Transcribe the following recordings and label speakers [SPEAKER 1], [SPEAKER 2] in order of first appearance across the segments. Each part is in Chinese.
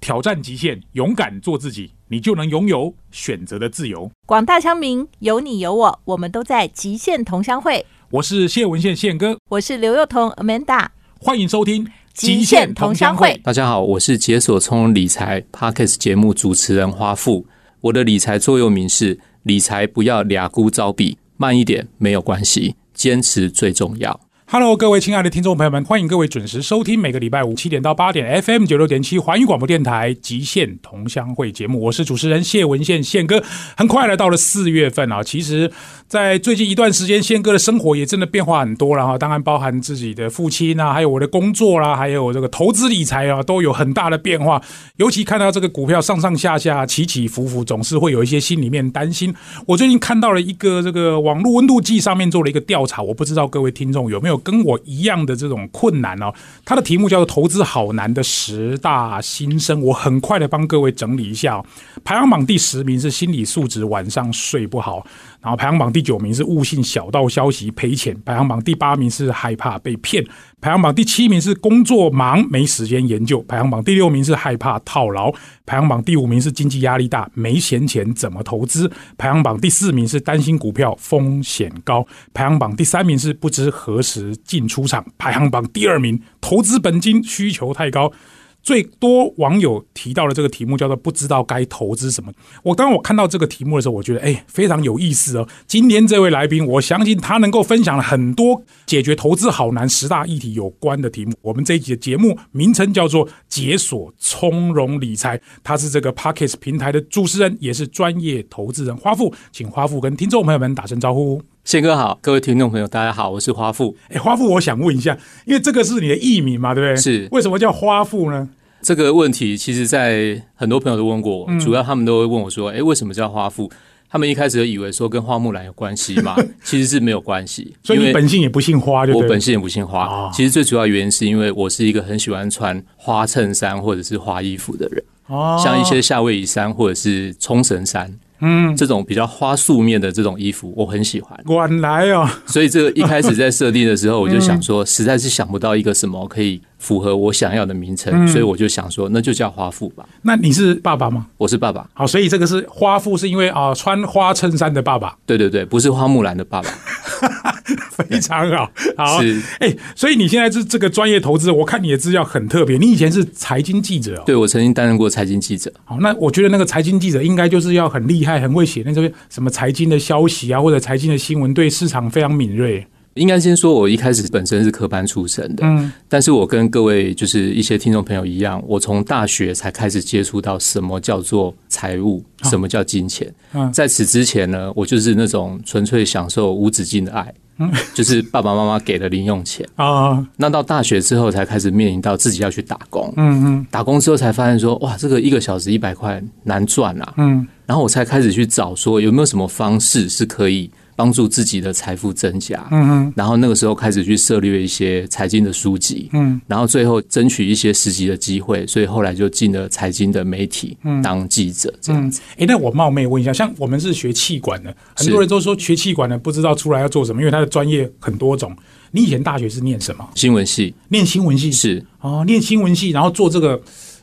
[SPEAKER 1] 挑战极限，勇敢做自己，你就能拥有选择的自由。
[SPEAKER 2] 广大乡民，有你有我，我们都在极限同乡会。
[SPEAKER 1] 我是谢文宪宪哥，
[SPEAKER 2] 我是刘幼彤 Amanda，
[SPEAKER 1] 欢迎收听《
[SPEAKER 2] 极限同乡会》。
[SPEAKER 3] 大家好，我是解锁从容理财 Podcast 节目主持人花富。我的理财座右铭是：理财不要俩姑招比，慢一点没有关系，坚持最重要。
[SPEAKER 1] Hello，各位亲爱的听众朋友们，欢迎各位准时收听每个礼拜五七点到八点 FM 九六点七环宇广播电台《极限同乡会》节目，我是主持人谢文宪宪哥。很快来到了四月份啊，其实，在最近一段时间，宪哥的生活也真的变化很多了哈、当然包含自己的父亲啊，还有我的工作啦、还有这个投资理财啊，都有很大的变化。尤其看到这个股票上上下下起起伏伏，总是会有一些心里面担心。我最近看到了一个这个网络温度计上面做了一个调查，我不知道各位听众有没有跟我一样的这种困难哦。它的题目叫做“投资好难”的十大心声，我很快的帮各位整理一下、哦。排行榜第十名是心理素质，晚上睡不好；然后排行榜第九名是误信小道消息赔钱；排行榜第八名是害怕被骗；排行榜第七名是工作忙没时间研究；排行榜第六名是害怕套牢；排行榜第五名是经济压力大没闲钱怎么投资；排行榜第四名是担心股票风险高；排行榜第三名是不知何时进出场；排行榜第二名投资本金需求太高。最多网友提到的这个题目叫做“不知道该投资什么”。我当我看到这个题目的时候，我觉得哎、非常有意思哦。今天这位来宾，我相信他能够分享了很多解决投资好难十大议题有关的题目。我们这一集的节目名称叫做“解锁从容理财”，他是这个 Pockets 平台的主持人，也是专业投资人花富，请花富跟听众朋友们打声招呼。
[SPEAKER 3] 宪哥好，各位听众朋友，大家好，我是花富。
[SPEAKER 1] 哎，花富，我想问一下，因为这个是你的艺名嘛，对不对？
[SPEAKER 3] 是
[SPEAKER 1] 为什么叫花富呢？
[SPEAKER 3] 这个问题其实，在很多朋友都问过我，
[SPEAKER 1] 嗯
[SPEAKER 3] 主要他们都会问我说：“诶，为什么叫花富？”他们一开始以为说跟花木兰有关系 嘛，其实是没有关系。
[SPEAKER 1] 所以
[SPEAKER 3] 因
[SPEAKER 1] 你
[SPEAKER 3] 为
[SPEAKER 1] 本姓也不姓花，对不
[SPEAKER 3] 我
[SPEAKER 1] 对？
[SPEAKER 3] 本身也不姓花，
[SPEAKER 1] 哦
[SPEAKER 3] 其实最主要原因是因为我是一个很喜欢穿花衬衫或者是花衣服的人，
[SPEAKER 1] 哦
[SPEAKER 3] 像一些夏威夷衫或者是冲绳衫，
[SPEAKER 1] 嗯，
[SPEAKER 3] 这种比较花素面的这种衣服，我很喜欢。
[SPEAKER 1] 晚来哦，
[SPEAKER 3] 所以这个一开始在设定的时候，我就想说，实在是想不到一个什么可以符合我想要的名称，
[SPEAKER 1] 嗯
[SPEAKER 3] 所以我就想说，那就叫花富吧。
[SPEAKER 1] 那你是爸爸吗？
[SPEAKER 3] 我是爸爸，
[SPEAKER 1] 好，所以这个是花父，是因为啊、穿花衬衫的爸爸，
[SPEAKER 3] 对对对，不是花木兰的爸爸，
[SPEAKER 1] 非常好。好，
[SPEAKER 3] 是
[SPEAKER 1] 哎、所以你现在是这个专业投资，我看你的资料很特别，你以前是财经记者哦。
[SPEAKER 3] 对我曾经担任过财经记者，
[SPEAKER 1] 好，那我觉得那个财经记者应该就是要很厉害，很会写那些什么财经的消息啊，或者财经的新闻，对市场非常敏锐。
[SPEAKER 3] 应该先说，我一开始本身是科班出身的，
[SPEAKER 1] 嗯，
[SPEAKER 3] 但是我跟各位就是一些听众朋友一样，我从大学才开始接触到什么叫做财务，什么叫金钱。
[SPEAKER 1] 嗯
[SPEAKER 3] 在此之前呢，我就是那种纯粹享受无止境的爱，
[SPEAKER 1] 嗯
[SPEAKER 3] 就是爸爸妈妈给的零用钱。
[SPEAKER 1] 啊，
[SPEAKER 3] 那到大学之后才开始面临到自己要去打工，
[SPEAKER 1] 嗯嗯
[SPEAKER 3] 打工之后才发现说，哇，这个一个小时一百块难赚啊。
[SPEAKER 1] 嗯，
[SPEAKER 3] 然后我才开始去找说有没有什么方式是可以帮助自己的财富增加。嗯嗯。然后那个时候开始去涉猎一些财经的书籍。嗯。然后最后争取一些实习的机会，所以后来就进了财经的媒体当记者这样子。
[SPEAKER 1] 哎、那我冒昧问一下，像我们是学气管的，很多
[SPEAKER 3] 是
[SPEAKER 1] 人都说学气管的不知道出来要做什么，因为他的专业很多种。你以前大学是念什么？
[SPEAKER 3] 新闻系
[SPEAKER 1] 念新闻系
[SPEAKER 3] 是
[SPEAKER 1] 哦，念新闻系，然后做这个，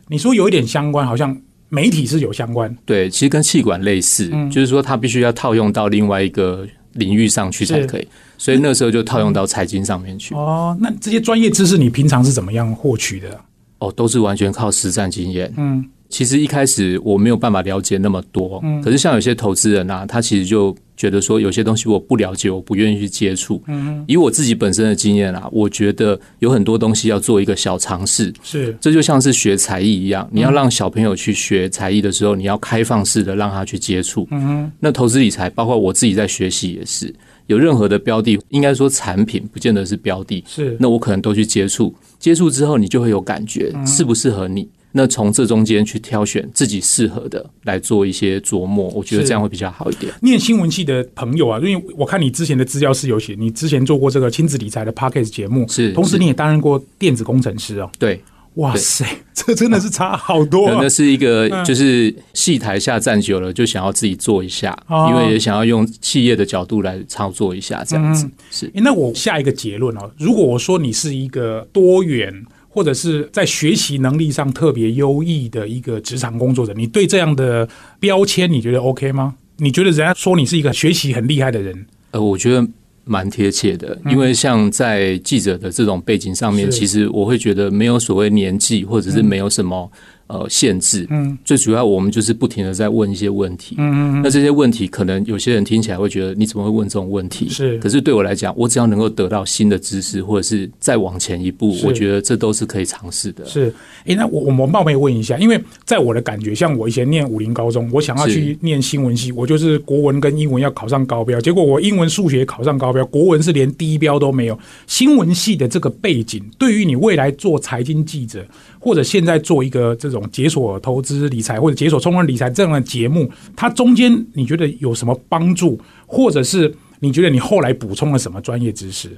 [SPEAKER 1] 你说有一点相关，好像媒体是有相关，
[SPEAKER 3] 对，其实跟气管类似，
[SPEAKER 1] 嗯
[SPEAKER 3] 就是说它必须要套用到另外一个领域上去才
[SPEAKER 1] 是
[SPEAKER 3] 可以。所以那个时候就套用到财经上面去。
[SPEAKER 1] 哦，那这些专业知识你平常是怎么样获取的？啊
[SPEAKER 3] 哦，都是完全靠实战经验。
[SPEAKER 1] 嗯，
[SPEAKER 3] 其实一开始我没有办法了解那么多，嗯，可是像有些投资人啊，他其实就觉得说有些东西我不了解，我不愿意去接触。嗯，以我自己本身的经验啊，我觉得有很多东西要做一个小尝试。
[SPEAKER 1] 是
[SPEAKER 3] 这就像是学才艺一样，你要让小朋友去学才艺的时候，你要开放式的让他去接触。嗯那投资理财，包括我自己在学习也是，有任何的标的，应该说产品，不见得是标的，
[SPEAKER 1] 是，
[SPEAKER 3] 那我可能都去接触，接触之后你就会有感觉
[SPEAKER 1] 嗯
[SPEAKER 3] 适不适合你。那从这中间去挑选自己适合的来做一些琢磨，我觉得
[SPEAKER 1] 是
[SPEAKER 3] 这样会比较好一点。
[SPEAKER 1] 念新闻系的朋友啊，因为我看你之前的资料是有写，你之前做过这个亲子理财的 p a c k a g e 节目，
[SPEAKER 3] 是
[SPEAKER 1] 同时
[SPEAKER 3] 是
[SPEAKER 1] 你也担任过电子工程师哦，
[SPEAKER 3] 对，
[SPEAKER 1] 哇
[SPEAKER 3] 对
[SPEAKER 1] 塞，这真的是差好多、
[SPEAKER 3] 那
[SPEAKER 1] 啊
[SPEAKER 3] 那。是一个
[SPEAKER 1] 嗯
[SPEAKER 3] 就是戏台下站久了，就想要自己做一下，
[SPEAKER 1] 哦
[SPEAKER 3] 因为也想要用企业的角度来操作一下，这样子是
[SPEAKER 1] 诶那我下一个结论哦，如果我说你是一个多元。或者是在学习能力上特别优异的一个职场工作者，你对这样的标签你觉得 OK 吗？你觉得人家说你是一个学习很厉害的人，
[SPEAKER 3] 呃，我觉得蛮贴切的，因为像在记者的这种背景上面，
[SPEAKER 1] 嗯是
[SPEAKER 3] 其实我会觉得没有所谓年纪，或者是没有什么、呃限制。
[SPEAKER 1] 嗯，
[SPEAKER 3] 最主要我们就是不停的在问一些问题。
[SPEAKER 1] 嗯
[SPEAKER 3] 那这些问题，可能有些人听起来会觉得你怎么会问这种问题？
[SPEAKER 1] 是
[SPEAKER 3] 可是对我来讲，我只要能够得到新的知识，或者是再往前一步，
[SPEAKER 1] 是
[SPEAKER 3] 我觉得这都是可以尝试的。
[SPEAKER 1] 是，诶，那我我们冒昧问一下，因为在我的感觉，像我以前念武林高中，我想要
[SPEAKER 3] 是
[SPEAKER 1] 去念新闻系，我就是国文跟英文要考上高标，结果我英文、数学考上高标，国文是连第一标都没有。新闻系的这个背景，对于你未来做财经记者，或者现在做一个这种解锁投资理财或者解锁冲浪理财这样的节目，它中间你觉得有什么帮助，或者是你觉得你后来补充了什么专业知识？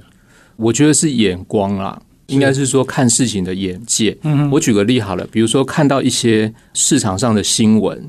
[SPEAKER 3] 我觉得是眼光啦，应该是说看事情的眼界。嗯，我举个例好了，比如说看到一些市场上的新闻，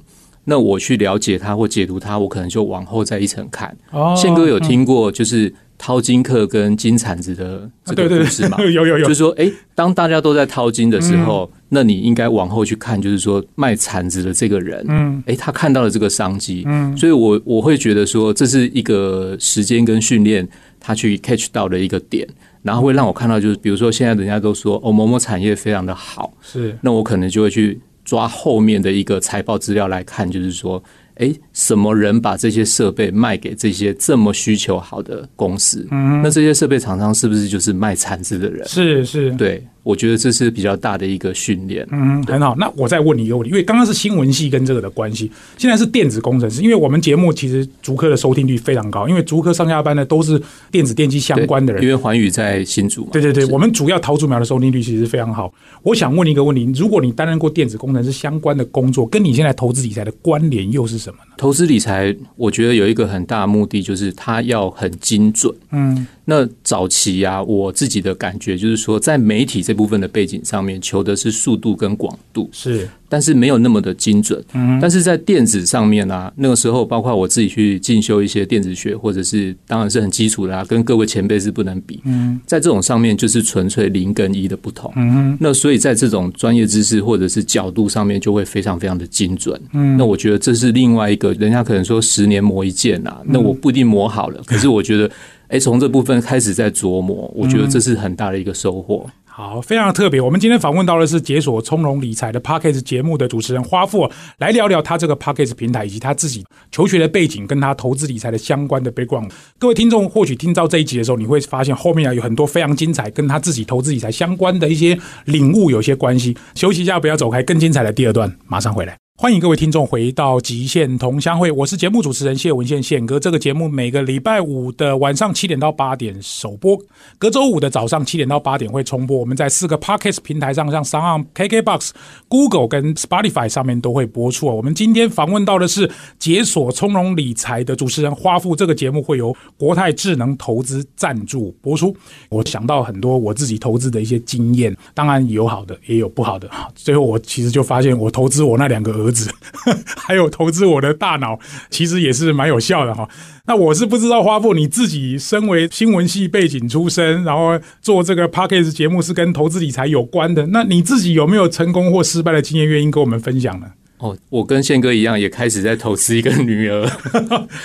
[SPEAKER 3] 那我去了解它或解读它，我可能就往后再一层看。
[SPEAKER 1] 哦
[SPEAKER 3] 宪哥有听过就是掏金客跟金铲子的这
[SPEAKER 1] 啊对
[SPEAKER 3] 个
[SPEAKER 1] 对
[SPEAKER 3] 故事吗？
[SPEAKER 1] 对， 有有有
[SPEAKER 3] 就是，说，诶，当大家都在掏金的时候，那你应该往后去看，就是说卖铲子的这个人，
[SPEAKER 1] 嗯
[SPEAKER 3] 诶，他看到了这个商机，
[SPEAKER 1] 嗯
[SPEAKER 3] 所以我我会觉得说，这是一个时间跟训练他去 catch 到的一个点，然后会让我看到，就是比如说现在人家都说哦某某产业非常的好，
[SPEAKER 1] 是。
[SPEAKER 3] 那我可能就会去抓后面的一个财报资料来看，就是说。诶，什么人把这些设备卖给这些这么需求好的公司？嗯、那这些设备厂商是不是就是卖铲子的人？
[SPEAKER 1] 是是，
[SPEAKER 3] 对，我觉得这是比较大的一个训练。
[SPEAKER 1] 嗯，很好。那我再问你一个问题，因为刚刚是新闻系跟这个的关系，现在是电子工程师，因为我们节目其实竹科的收听率非常高，因为竹科上下班的都是电子电机相
[SPEAKER 3] 对
[SPEAKER 1] 关的人
[SPEAKER 3] 因。为环宇在新竹嘛。
[SPEAKER 1] 对对对，
[SPEAKER 3] 是
[SPEAKER 1] 我们主要桃竹苗的收听率其实非常好。我想问你一个问题：如果你担任过电子工程师相关的工作，跟你现在投资理财的关联又是什么呢？
[SPEAKER 3] 投资理财，我觉得有一个很大的目的就是它要很精准。
[SPEAKER 1] 嗯，
[SPEAKER 3] 那早期啊，我自己的感觉就是说，在媒体这部分的背景上面，求的是速度跟广度，
[SPEAKER 1] 是
[SPEAKER 3] 但是没有那么的精准。嗯，但是在电子上面啊，那个时候包括我自己去进修一些电子学，或者是当然是很基础的啊，跟各位前辈是不能比。嗯，在这种上面就是纯粹零跟一的不同。嗯，那所以在这种专业知识或者是角度上面就会非常非常的精准。嗯，那我觉得这是另外一个，人家可能说十年磨一剑啊，那我不一定磨好 了，可是我觉得。哎，从这部分开始在琢磨，我觉得这是很大的一个收获。
[SPEAKER 1] 好，非常特别。我们今天访问到的是解锁从容理财的 p a c k a g e 节目的主持人花富哦，来聊聊他这个 p a c k a g e 平台以及他自己求学的背景，跟他投资理财的相关的 background。各位听众或许听到这一集的时候，你会发现后面啊有很多非常精彩，跟他自己投资理财相关的一些领悟有些关系。休息一下，不要走开，更精彩的第二段马上回来。欢迎各位听众回到《极限同乡会》，我是节目主持人谢文宪宪哥。这个节目每个礼拜五的晚上七点到八点首播，隔周五的早上七点到八点会重播。我们在四个 Podcast 平台上，像 s o n KKBox、Google 跟 Spotify 上面都会播出啊。我们今天访问到的是《解锁从容理财》的主持人花富，这个节目会由国泰智能投资赞助播出。我想到很多我自己投资的一些经验，当然有好的，也有不好的。最后我其实就发现，我投资我那两个儿子， 还有投资我的大脑，其实也是蛮有效的哈。那我是不知道花富你自己身为新闻系背景出身，然后做这个 p a c k a g e 节目是跟投资理财有关的，那你自己有没有成功或失败的经验，愿意跟我们分享呢？
[SPEAKER 3] 哦，我跟宪哥一样，也开始在投资一个女儿，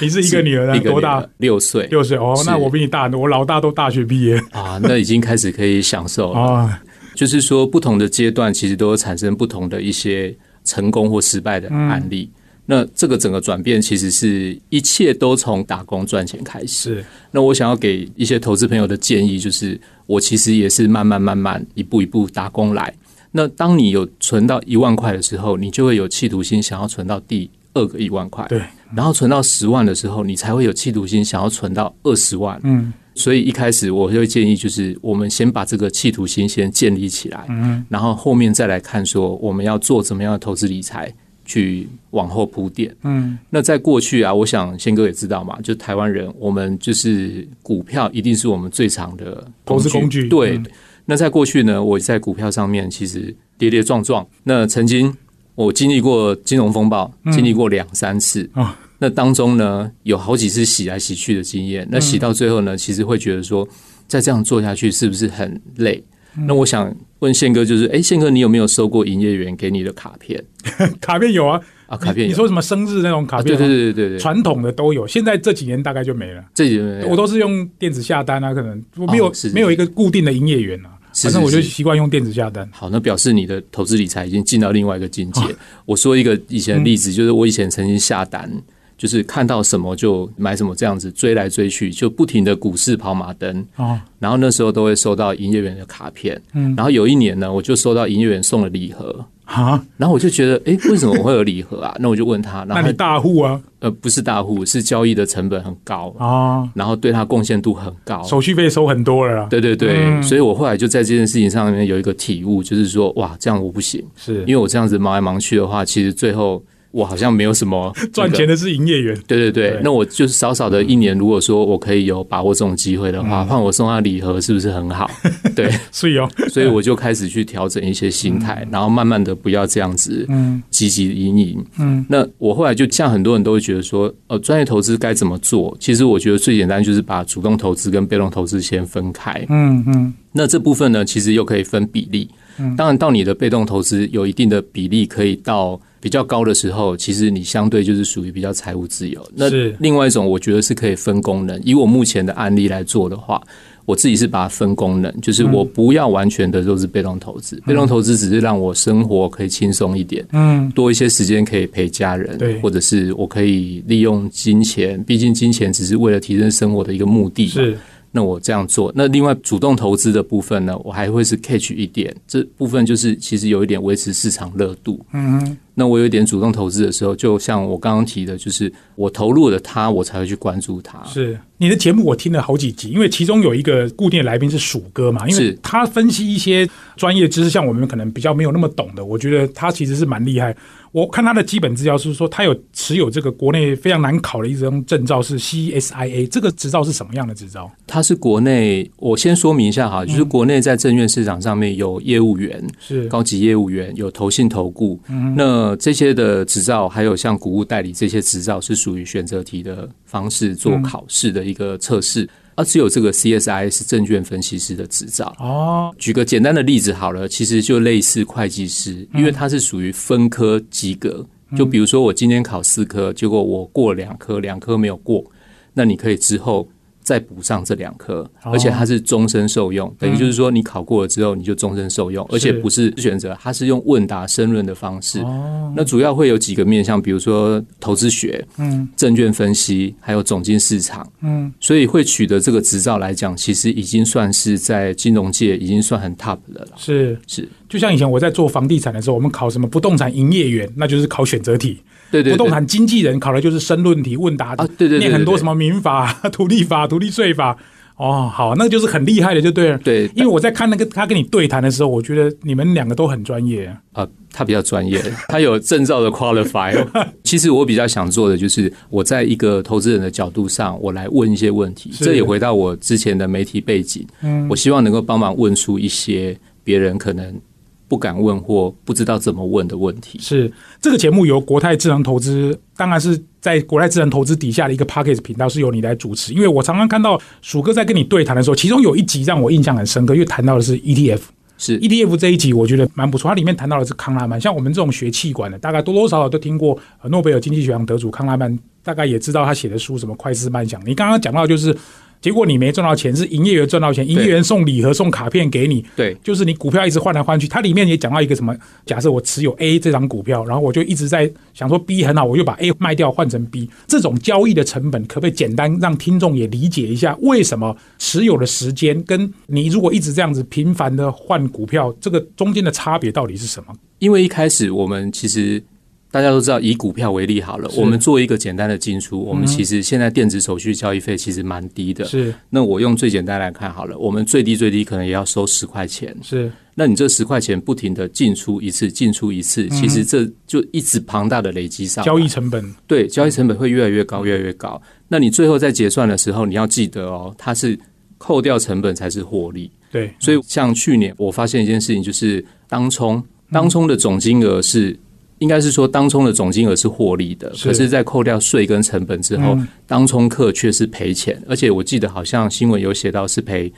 [SPEAKER 1] 你是一个女儿啊，
[SPEAKER 3] 一个
[SPEAKER 1] 多
[SPEAKER 3] 女
[SPEAKER 1] 大
[SPEAKER 3] 儿？？六岁。
[SPEAKER 1] 六岁哦，
[SPEAKER 3] 是
[SPEAKER 1] 那我比你大很多，我老大都大学毕业
[SPEAKER 3] 啊，那已经开始可以享受了。
[SPEAKER 1] 啊，
[SPEAKER 3] 就是说，不同的阶段其实都有产生不同的一些成功或失败的
[SPEAKER 1] 嗯
[SPEAKER 3] 案例。那这个整个转变，其实是一切都从打工赚钱开始。
[SPEAKER 1] 是
[SPEAKER 3] 那我想要给一些投资朋友的建议，就是我其实也是慢慢慢慢一步一步打工来。那当你有存到一万块的时候，你就会有企图心想要存到第二个一万块。
[SPEAKER 1] 对，
[SPEAKER 3] 然后存到十万的时候，你才会有企图心想要存到二十万。
[SPEAKER 1] 嗯，
[SPEAKER 3] 所以一开始我就会建议，就是我们先把这个企图心先建立起来，嗯，然后后面再来看说我们要做怎么样的投资理财，去往后铺垫。
[SPEAKER 1] 嗯，
[SPEAKER 3] 那在过去啊，我想宪哥也知道嘛，就台湾人，我们就是股票一定是我们最常的
[SPEAKER 1] 投资工具
[SPEAKER 3] 对，
[SPEAKER 1] 嗯
[SPEAKER 3] 那在过去呢，我在股票上面其实跌跌撞撞。那曾经我经历过金融风暴，
[SPEAKER 1] 嗯
[SPEAKER 3] 经历过两三次。
[SPEAKER 1] 哦
[SPEAKER 3] 那当中呢，有好几次洗来洗
[SPEAKER 1] 嗯
[SPEAKER 3] 去的经验。那洗到最后呢，其实会觉得说，再这样做下去是不是很累？
[SPEAKER 1] 嗯
[SPEAKER 3] 那我想问宪哥，就是哎，宪哥，你有没有收过营业员给你的卡片
[SPEAKER 1] 卡片有啊，
[SPEAKER 3] 啊？卡片
[SPEAKER 1] 你
[SPEAKER 3] 有
[SPEAKER 1] 说什么生日那种卡
[SPEAKER 3] 啊？
[SPEAKER 1] 片吗？
[SPEAKER 3] 对对对对对，
[SPEAKER 1] 传统的都有，现在这几年大概就没了。
[SPEAKER 3] 这里面
[SPEAKER 1] 我都是用电子下单啊，可能我没有、
[SPEAKER 3] 哦是是
[SPEAKER 1] 没有一个固定的营业员啊，
[SPEAKER 3] 是是
[SPEAKER 1] 反正我就是习惯用电子下单。
[SPEAKER 3] 好，那表示你的投资理财已经进到另外一个境界。
[SPEAKER 1] 哦
[SPEAKER 3] 我说一个以前的例
[SPEAKER 1] 嗯
[SPEAKER 3] 子，就是我以前曾经下单，就是看到什么就买什么，这样子追来追去，就不停的股市跑马灯。
[SPEAKER 1] 哦，
[SPEAKER 3] 然后那时候都会收到营业员的卡片，嗯，然后有一年呢，我就收到营业员送的礼盒，
[SPEAKER 1] 啊，
[SPEAKER 3] 然后我就觉得，诶，为什么我会有礼盒啊？那 我就问他，然
[SPEAKER 1] 那
[SPEAKER 3] 后
[SPEAKER 1] 你
[SPEAKER 3] 他
[SPEAKER 1] 大户啊
[SPEAKER 3] 呃，不是大户，是交易的成本很高，
[SPEAKER 1] 啊，
[SPEAKER 3] 然后对他贡献度很高，
[SPEAKER 1] 手续费收很多了啦。
[SPEAKER 3] 哦对对对，
[SPEAKER 1] 嗯
[SPEAKER 3] 所以我后来就在这件事情上面有一个体悟，就是说，哇，这样我不行。
[SPEAKER 1] 是
[SPEAKER 3] 因为我这样子忙来忙去的话，其实最后我好像没有 什么
[SPEAKER 1] 赚钱
[SPEAKER 3] 的。
[SPEAKER 1] 的是营业员，
[SPEAKER 3] 对对对，
[SPEAKER 1] 对
[SPEAKER 3] 那我就是少少的一年，如果说我可以有把握这种机会的
[SPEAKER 1] 嗯
[SPEAKER 3] 话，换我送他礼盒是不是 很好？对，
[SPEAKER 1] 是有、哦。
[SPEAKER 3] 所以我就开始去调整一些心态，然后慢慢的不要这样子
[SPEAKER 1] 嗯
[SPEAKER 3] 积极营营。
[SPEAKER 1] 嗯，
[SPEAKER 3] 那我后来就像很多人都会觉得说，呃，专业投资该怎么做？其实我觉得最简单就是把主动投资跟被动投资先分开。
[SPEAKER 1] 嗯嗯
[SPEAKER 3] 那这部分呢，其实又可以分比例。当然，到你的被动投资有一定的比例，可以到比较高的时候，其实你相对就是属于比较财务自由。那
[SPEAKER 1] 是
[SPEAKER 3] 另外一种，我觉得是可以分功能。以我目前的案例来做的话，我自己是把它分功能，就是
[SPEAKER 1] 嗯
[SPEAKER 3] 我不要完全的都是被动投资，被动投资只是让我生活可以轻松一点，
[SPEAKER 1] 嗯，
[SPEAKER 3] 多一些时间可以陪家人
[SPEAKER 1] 对，
[SPEAKER 3] 或者是我可以利用金钱，毕竟金钱只是为了提升生活的一个目的嘛。
[SPEAKER 1] 是
[SPEAKER 3] 那我这样做，那另外主动投资的部分呢，我还会是 catch 一点，这部分就是其实有一点维持市场热度。
[SPEAKER 1] 嗯嗯
[SPEAKER 3] 那我有一点主动投资的时候，就像我刚刚提的，就是我投入了它，我才会去关注它。
[SPEAKER 1] 是。你的节目我听了好几集，因为其中有一个固定的来宾是鼠哥嘛，因为
[SPEAKER 3] 是
[SPEAKER 1] 他分析一些专业知识，像我们可能比较没有那么懂的，我觉得他其实是蛮厉害。我看他的基本资料是说，他有持有这个国内非常难考的一张证照，是 CSIA，这个执照是什么样的执照？
[SPEAKER 3] 它是国内，我先说明一下哈，就是国内在证券市场上面有业务员，
[SPEAKER 1] 是
[SPEAKER 3] 高级业务员，有投信投顾，那这些的执照，还有像谷物代理这些执照，是属于选择题的方式做考试的一个测试。而只有这个 CSI 是证券分析师的执照。
[SPEAKER 1] 哦，
[SPEAKER 3] 举个简单的例子好了，其实就类似会计师，因为它是属于分科及格。就比如说我今天考四科，结果我过了两科，两科没有过，那你可以之后再补上这两科，而且它是终身受用，等于就是说你考过了之后你就终身受用，而且不是选择，它是用问答申论的方式。
[SPEAKER 1] 哦
[SPEAKER 3] 那主要会有几个面向，比如说投资学、
[SPEAKER 1] 嗯
[SPEAKER 3] 证券分析，还有总经市场。
[SPEAKER 1] 嗯，
[SPEAKER 3] 所以会取得这个执照来讲，其实已经算是在金融界已经算很 top 的了啦。
[SPEAKER 1] 是
[SPEAKER 3] 是，
[SPEAKER 1] 就像以前我在做房地产的时候，我们考什么不动产营业员，那就是考选择题；
[SPEAKER 3] 对对
[SPEAKER 1] 不动
[SPEAKER 3] 对，
[SPEAKER 1] 产经纪人考的就是申论题、问答题
[SPEAKER 3] 啊对对对
[SPEAKER 1] 念很多
[SPEAKER 3] 对对
[SPEAKER 1] 什么民法、 土地法、土地税法。哦，好，那就是很厉害的，就对了。
[SPEAKER 3] 对
[SPEAKER 1] 因为我在看那个他跟你对谈的时候，我觉得你们两个都很专业。
[SPEAKER 3] 呃，他比较 专业，他有证照的 qualify。其实我比较想做的就是，我在一个投资人的角度上，我来问一些问题。
[SPEAKER 1] 是
[SPEAKER 3] 这也回到我之前的媒体背景，
[SPEAKER 1] 嗯
[SPEAKER 3] 我希望能够帮忙问出一些别人可能不敢问或不知道怎么问的问题。
[SPEAKER 1] 是这个节目由国泰智能投资，当然是在国泰智能投资底下的一个 p a c k a g e 频道，是由你来主持。因为我常常看到鼠哥在跟你对谈的时候，其中有一集让我印象很深刻，因为谈到的是 E ETF。
[SPEAKER 3] 是
[SPEAKER 1] ETF 这一集我觉得蛮不错，它里面谈到的是康拉曼，像我们这种学气管的，大概多多少少都听过呃诺贝尔经济学奖得主康拉曼，大概也知道他写的书什么《快思慢想》。你刚刚讲到就是，结果你没赚到钱，是营业员赚到钱，营业员送礼盒送卡片给你，
[SPEAKER 3] 对
[SPEAKER 1] 就是你股票一直换来换去。它里面也讲到一个什么，假设我持有 A 这张股票，然后我就一直在想说 B 很好，我就把 A 卖掉换成 B，这种交易的成本可不可以简单让听众也理解一下，为什么持有的时间跟你如果一直这样子频繁的换股票，这个中间的差别到底是什么？
[SPEAKER 3] 因为一开始我们其实大家都知道，以股票为例好了，
[SPEAKER 1] 是嗯
[SPEAKER 3] 我们做一个简单的进出，我们其实现在电子手续交易费其实蛮低的。
[SPEAKER 1] 是
[SPEAKER 3] 那我用最简单来看好了，我们最低最低可能也要收十块钱。
[SPEAKER 1] 是
[SPEAKER 3] 那你这十块钱不停的进出一次，进出一次，其实这就一直庞大的累积上
[SPEAKER 1] 嗯
[SPEAKER 3] 来
[SPEAKER 1] 交易嗯成本
[SPEAKER 3] 对交易成本会越来越高，越来越高。那你最后在结算的时候，你要记得哦，它是扣掉成本才是获利。
[SPEAKER 1] 对
[SPEAKER 3] 所以像去年我发现一件事情，就是当冲，当冲的总金额是。应该是说，当冲的总金额是获利的，
[SPEAKER 1] 是嗯
[SPEAKER 3] 可是，在扣掉税跟成本之后，当冲客却是赔钱，而且我记得好像新闻有写到是赔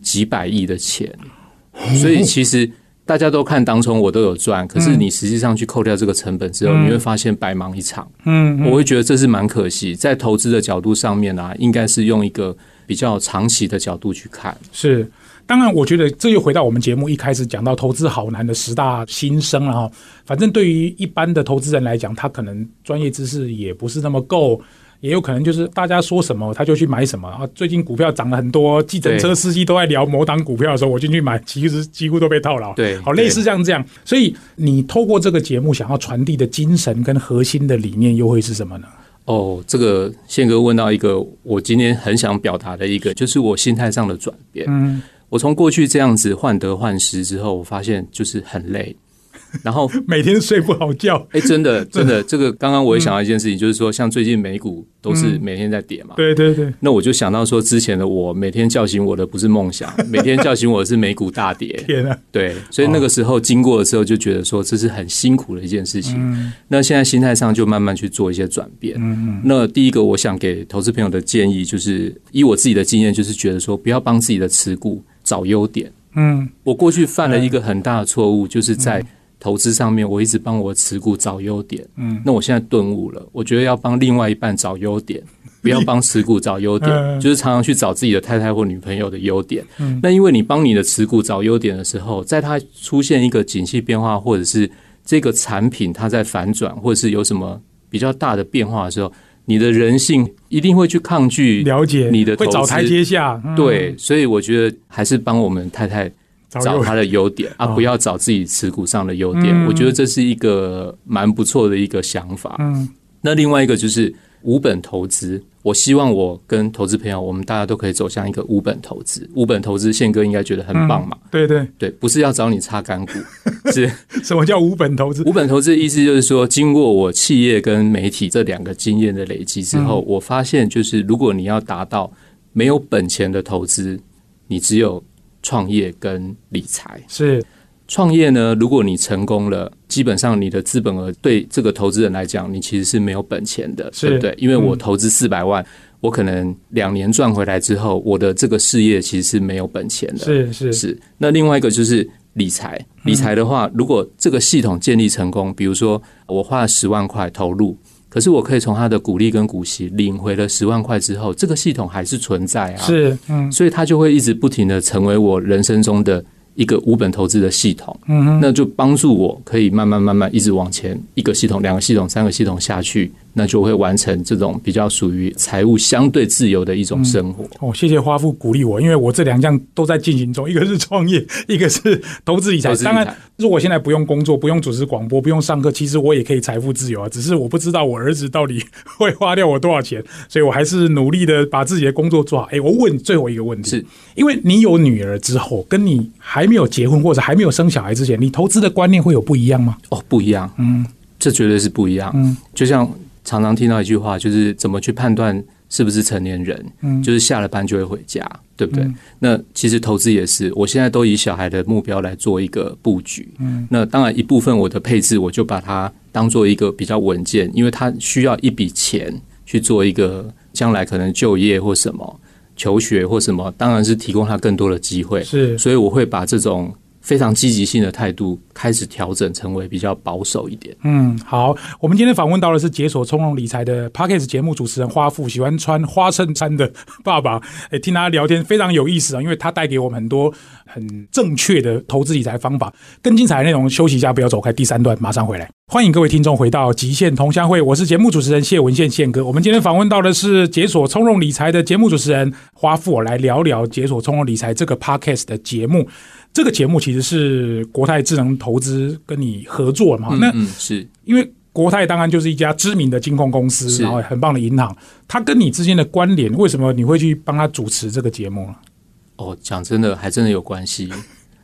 [SPEAKER 3] 几百亿的钱。
[SPEAKER 1] 哦
[SPEAKER 3] 所以其实大家都看当冲我都有赚，可
[SPEAKER 1] 嗯
[SPEAKER 3] 是你实际上去扣掉这个成本之后，你会发现白忙一场。
[SPEAKER 1] 嗯，
[SPEAKER 3] 我会觉得这是蛮可惜，在投资的角度上面啊，应该是用一个比较长期的角度去看。
[SPEAKER 1] 是。当然，我觉得这又回到我们节目一开始讲到投资好难的十大心声了哈。反正对于一般的投资人来讲，他可能专业知识也不是那么够，也有可能就是大家说什么他就去买什么啊。最近股票涨了很多，计程车
[SPEAKER 3] 对
[SPEAKER 1] 司机都在聊某档股票的时候，我进去买， 其实几乎都被套牢。
[SPEAKER 3] 对
[SPEAKER 1] 好，
[SPEAKER 3] 对
[SPEAKER 1] 类似像这样。所以你透过这个节目想要传递的精神跟核心的理念，又会是什么呢？
[SPEAKER 3] 哦，这个宪哥问到一个我今天很想表达的一个，就是我心态上的转变。
[SPEAKER 1] 嗯，
[SPEAKER 3] 我从过去这样子患得患失之后，我发现就是很累，然后
[SPEAKER 1] 每天睡不好觉，
[SPEAKER 3] 哎、真的真的，这个刚刚我也想到一件事情，就是说像最近美股都是每天在跌嘛，
[SPEAKER 1] 对对对，
[SPEAKER 3] 那我就想到说之前的我每天叫醒我的不是梦想，每天叫醒我的是美股大 跌，
[SPEAKER 1] 天啊，
[SPEAKER 3] 对，所以那个时候经过的时候就觉得说这是很辛苦的一件事情。那现在心态上就慢慢去做一些转变。
[SPEAKER 1] 嗯
[SPEAKER 3] 那第一个我想给投资朋友的建议就是，以我自己的经验，就是觉得说不要帮自己的持股找优点。
[SPEAKER 1] 嗯，
[SPEAKER 3] 我过去犯了一个很大的错误，就是在投资上面，我一直帮我持股找优点。嗯，那我现在顿悟了，我觉得要帮另外一半找优点，不要帮持股找优点，
[SPEAKER 1] 嗯
[SPEAKER 3] 就是常常去找自己的太太或女朋友的优点。那因为你帮你的持股找优点的时候，在它出现一个景气变化，或者是这个产品它在反转，或者是有什么比较大的变化的时候，你的人性一定会去抗拒。
[SPEAKER 1] 了解，
[SPEAKER 3] 你的
[SPEAKER 1] 会
[SPEAKER 3] 投
[SPEAKER 1] 找
[SPEAKER 3] 资
[SPEAKER 1] 台阶下，嗯，
[SPEAKER 3] 对，所以我觉得还是帮我们太太
[SPEAKER 1] 右
[SPEAKER 3] 找他的优点啊，
[SPEAKER 1] 哦
[SPEAKER 3] 不要找自己持股上的优点。
[SPEAKER 1] 嗯
[SPEAKER 3] 我觉得这是一个蛮不错的一个想法。
[SPEAKER 1] 嗯，
[SPEAKER 3] 那另外一个就是无本投资，我希望我跟投资朋友，我们大家都可以走向一个无本投资。无本投资，宪哥应该觉得很棒嘛？
[SPEAKER 1] 对对，
[SPEAKER 3] 对，不是要找你擦干股，是
[SPEAKER 1] 什么叫无本投资？
[SPEAKER 3] 无本投资的意思就是说，经过我企业跟媒体这两个经验的累积之后，
[SPEAKER 1] 嗯
[SPEAKER 3] 我发现就是如果你要达到没有本钱的投资，你只有创业跟理财。
[SPEAKER 1] 是
[SPEAKER 3] 创业呢，如果你成功了，基本上你的资本额对这个投资人来讲，你其实是没有本钱的，
[SPEAKER 1] 是
[SPEAKER 3] 对不对？因为我
[SPEAKER 1] 嗯
[SPEAKER 3] 投资四百万，我可能两年赚回来之后，我的这个事业其实是没有本钱的。
[SPEAKER 1] 是是，
[SPEAKER 3] 是。那另外一个就是理财，
[SPEAKER 1] 嗯
[SPEAKER 3] 理财的话，如果这个系统建立成功，比如说我花了十万块投入，可是我可以从它的股利跟股息领回了十万块之后，这个系统还是存在啊，，
[SPEAKER 1] 是，嗯
[SPEAKER 3] 所以它就会一直不停的成为我人生中的。一个无本投资的系统，
[SPEAKER 1] 嗯哼，
[SPEAKER 3] 那就帮助我可以慢慢慢慢一直往前，一个系统、两个系统、三个系统下去，那就会完成这种比较属于财务相对自由的一种生活。
[SPEAKER 1] 哦，谢谢花富鼓励我，因为我这两项都在进行中，一个是创业，一个是投资理财。
[SPEAKER 3] 投资理
[SPEAKER 1] 当
[SPEAKER 3] 财
[SPEAKER 1] 然，如果现在不用工作，不用主持广播，不用上课，其实我也可以财富自由啊。只是我不知道我儿子到底 会花掉我多少钱，所以我还是努力的把自己的工作做好。哎，我问最后一个问题，
[SPEAKER 3] 是
[SPEAKER 1] 因为你有女儿之后，跟你还没有结婚或者还没有生小孩之前，你投资的观念会有不一样吗？
[SPEAKER 3] 哦，不一样，
[SPEAKER 1] 嗯，
[SPEAKER 3] 这绝对是不一样。
[SPEAKER 1] 嗯，
[SPEAKER 3] 就像常常听到一句话，就是怎么去判断是不是成年人，
[SPEAKER 1] 嗯
[SPEAKER 3] 就是下了班就会回家，对不对？
[SPEAKER 1] 嗯
[SPEAKER 3] 那其实投资也是，我现在都以小孩的目标来做一个布局。嗯，那当然一部分我的配置，我就把它当做一个比较稳健，因为它需要一笔钱去做一个将来可能就业或什么。求学或什么，当然是提供他更多的机会。
[SPEAKER 1] 是
[SPEAKER 3] 所以我会把这种非常积极性的态度开始调整，成为比较保守一点。
[SPEAKER 1] 嗯，好，我们今天访问到的是解锁从容理财的 p a c k a g e 节目主持人花富，喜欢穿花衬衫的爸爸， 诶，听他聊天非常有意思啊，因为他带给我们很多很正确的投资理财方法。更精彩的内容，休息一下，不要走开，第三段马上回来。欢迎各位听众回到《极限同乡会》，我是节目主持人谢文宪宪哥。我们今天访问到的是解锁从容理财的节目主持人花富，我来聊聊解锁从容理财这个 podcast 的节目。这个节目其实是国泰智能投资跟你合作嘛，那
[SPEAKER 3] 嗯，是
[SPEAKER 1] 因为国泰当然就是一家知名的金控公司，
[SPEAKER 3] 是
[SPEAKER 1] 然后很棒的银行，它跟你之间的关联，为什么你会去帮他主持这个节目呢？
[SPEAKER 3] 哦，讲真的，还真的有关系。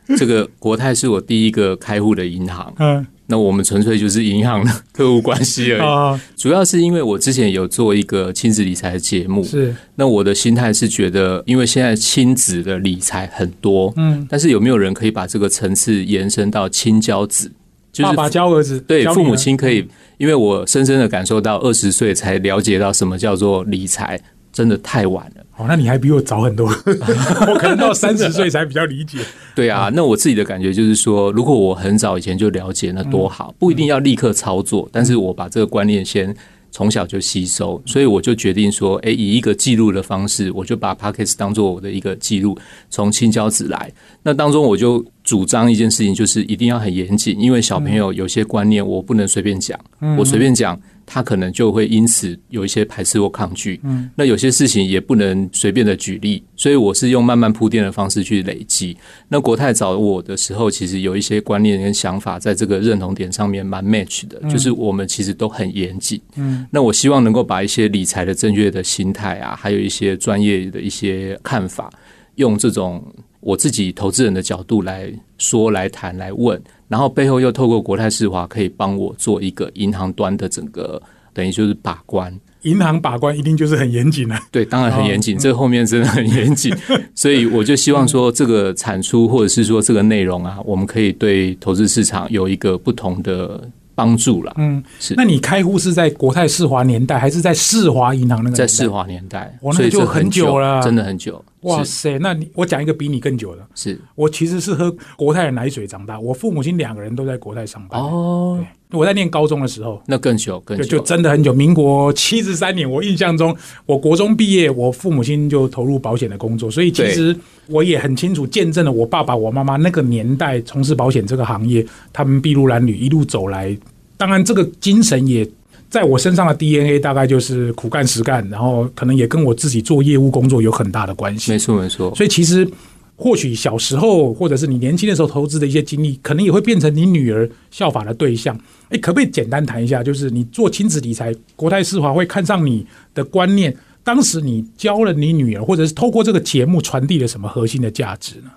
[SPEAKER 3] 这个国泰是我第一个开户的银行，
[SPEAKER 1] 嗯
[SPEAKER 3] 那我们纯粹就是银行的客户关系而已。
[SPEAKER 1] 啊，
[SPEAKER 3] 主要是因为我之前有做一个亲子理财的节目，
[SPEAKER 1] 是
[SPEAKER 3] 那我的心态是觉得，因为现在亲子的理财很多，
[SPEAKER 1] 嗯，
[SPEAKER 3] 但是有没有人可以把这个层次延伸到亲教子？就是
[SPEAKER 1] 爸爸教儿子，
[SPEAKER 3] 对
[SPEAKER 1] 教女
[SPEAKER 3] 父
[SPEAKER 1] 儿
[SPEAKER 3] 母亲可以，因为我深深的感受到，二十岁才了解到什么叫做理财，真的太晚了。
[SPEAKER 1] 哦，那你还比我早很 多，我可能到三十岁才比较理解。
[SPEAKER 3] 对啊，那我自己的感觉就是说，如果我很早以前就了解，那多好，不一定要立刻操作，但是我把这个观念先从小就吸收，所以我就决定说，诶，以一个记录的方式，我就把 p o c k e t 当做我的一个记录，从青椒子来。那当中我就主张一件事情，就是一定要很严谨，因为小朋友有些观念我不能随便讲，我随便讲。他可能就会因此有一些排斥或抗拒，嗯，那有些事情也不能随便的举例，所以我是用慢慢铺垫的方式去累积。那国泰找我的时候，其实有一些观念跟想法在这个认同点上面蛮 match 的，就是我们其实都很严谨，嗯，那我希望能够把一些理财的正确的心态啊，还有一些专业的一些看法，用这种我自己投资人的角度来说、来谈、来问，然后背后又透过国泰世华可以帮我做一个银行端的整个，等于就是把关。
[SPEAKER 1] 银行把关一定就是很严谨的、啊
[SPEAKER 3] 对，当然很严
[SPEAKER 1] 哦嗯
[SPEAKER 3] 谨，这后面真的很 严谨，所以我就希望说，这个产出或者是说这个内容啊，我们可以对投资市场有一个不同的帮助啦。
[SPEAKER 1] 嗯，
[SPEAKER 3] 是
[SPEAKER 1] 那你开户是在国泰世华年代，还是在世华银行那个年代？
[SPEAKER 3] 在世华年代，
[SPEAKER 1] 哇那
[SPEAKER 3] 所以
[SPEAKER 1] 就
[SPEAKER 3] 这
[SPEAKER 1] 很
[SPEAKER 3] 很
[SPEAKER 1] 久了啊
[SPEAKER 3] 真的很久。
[SPEAKER 1] 哇
[SPEAKER 3] 是
[SPEAKER 1] 塞，那你我讲一个比你更久的，
[SPEAKER 3] 是
[SPEAKER 1] 我其实是喝国泰的奶水长大，我父母亲两个人都在国泰上班。
[SPEAKER 3] 哦，
[SPEAKER 1] 我在念高中的时候，
[SPEAKER 3] 那更久更
[SPEAKER 1] 对，
[SPEAKER 3] 久
[SPEAKER 1] 就真的很久，民国七十三年，我印象中，我国中毕业，我父母亲就投入保险的工作，所以其实我也很清楚见证了我爸爸、我妈妈那个年代从事保险这个行业，他们筚路蓝缕一路走来。当然，这个精神也在我身上的 DNA 大概就是苦干实干，然后可能也跟我自己做业务工作有很大的关系
[SPEAKER 3] 没。错没错，
[SPEAKER 1] 所以其实或许小时候或者是你年轻的时候投资的一些经历，可能也会变成你女儿效法的对象。哎，可不可以简单谈一下，就是你做亲子理财，国泰世华会看上你的观念？当时你教了你女儿，或者是透过这个节目传递了什么核心的价值呢？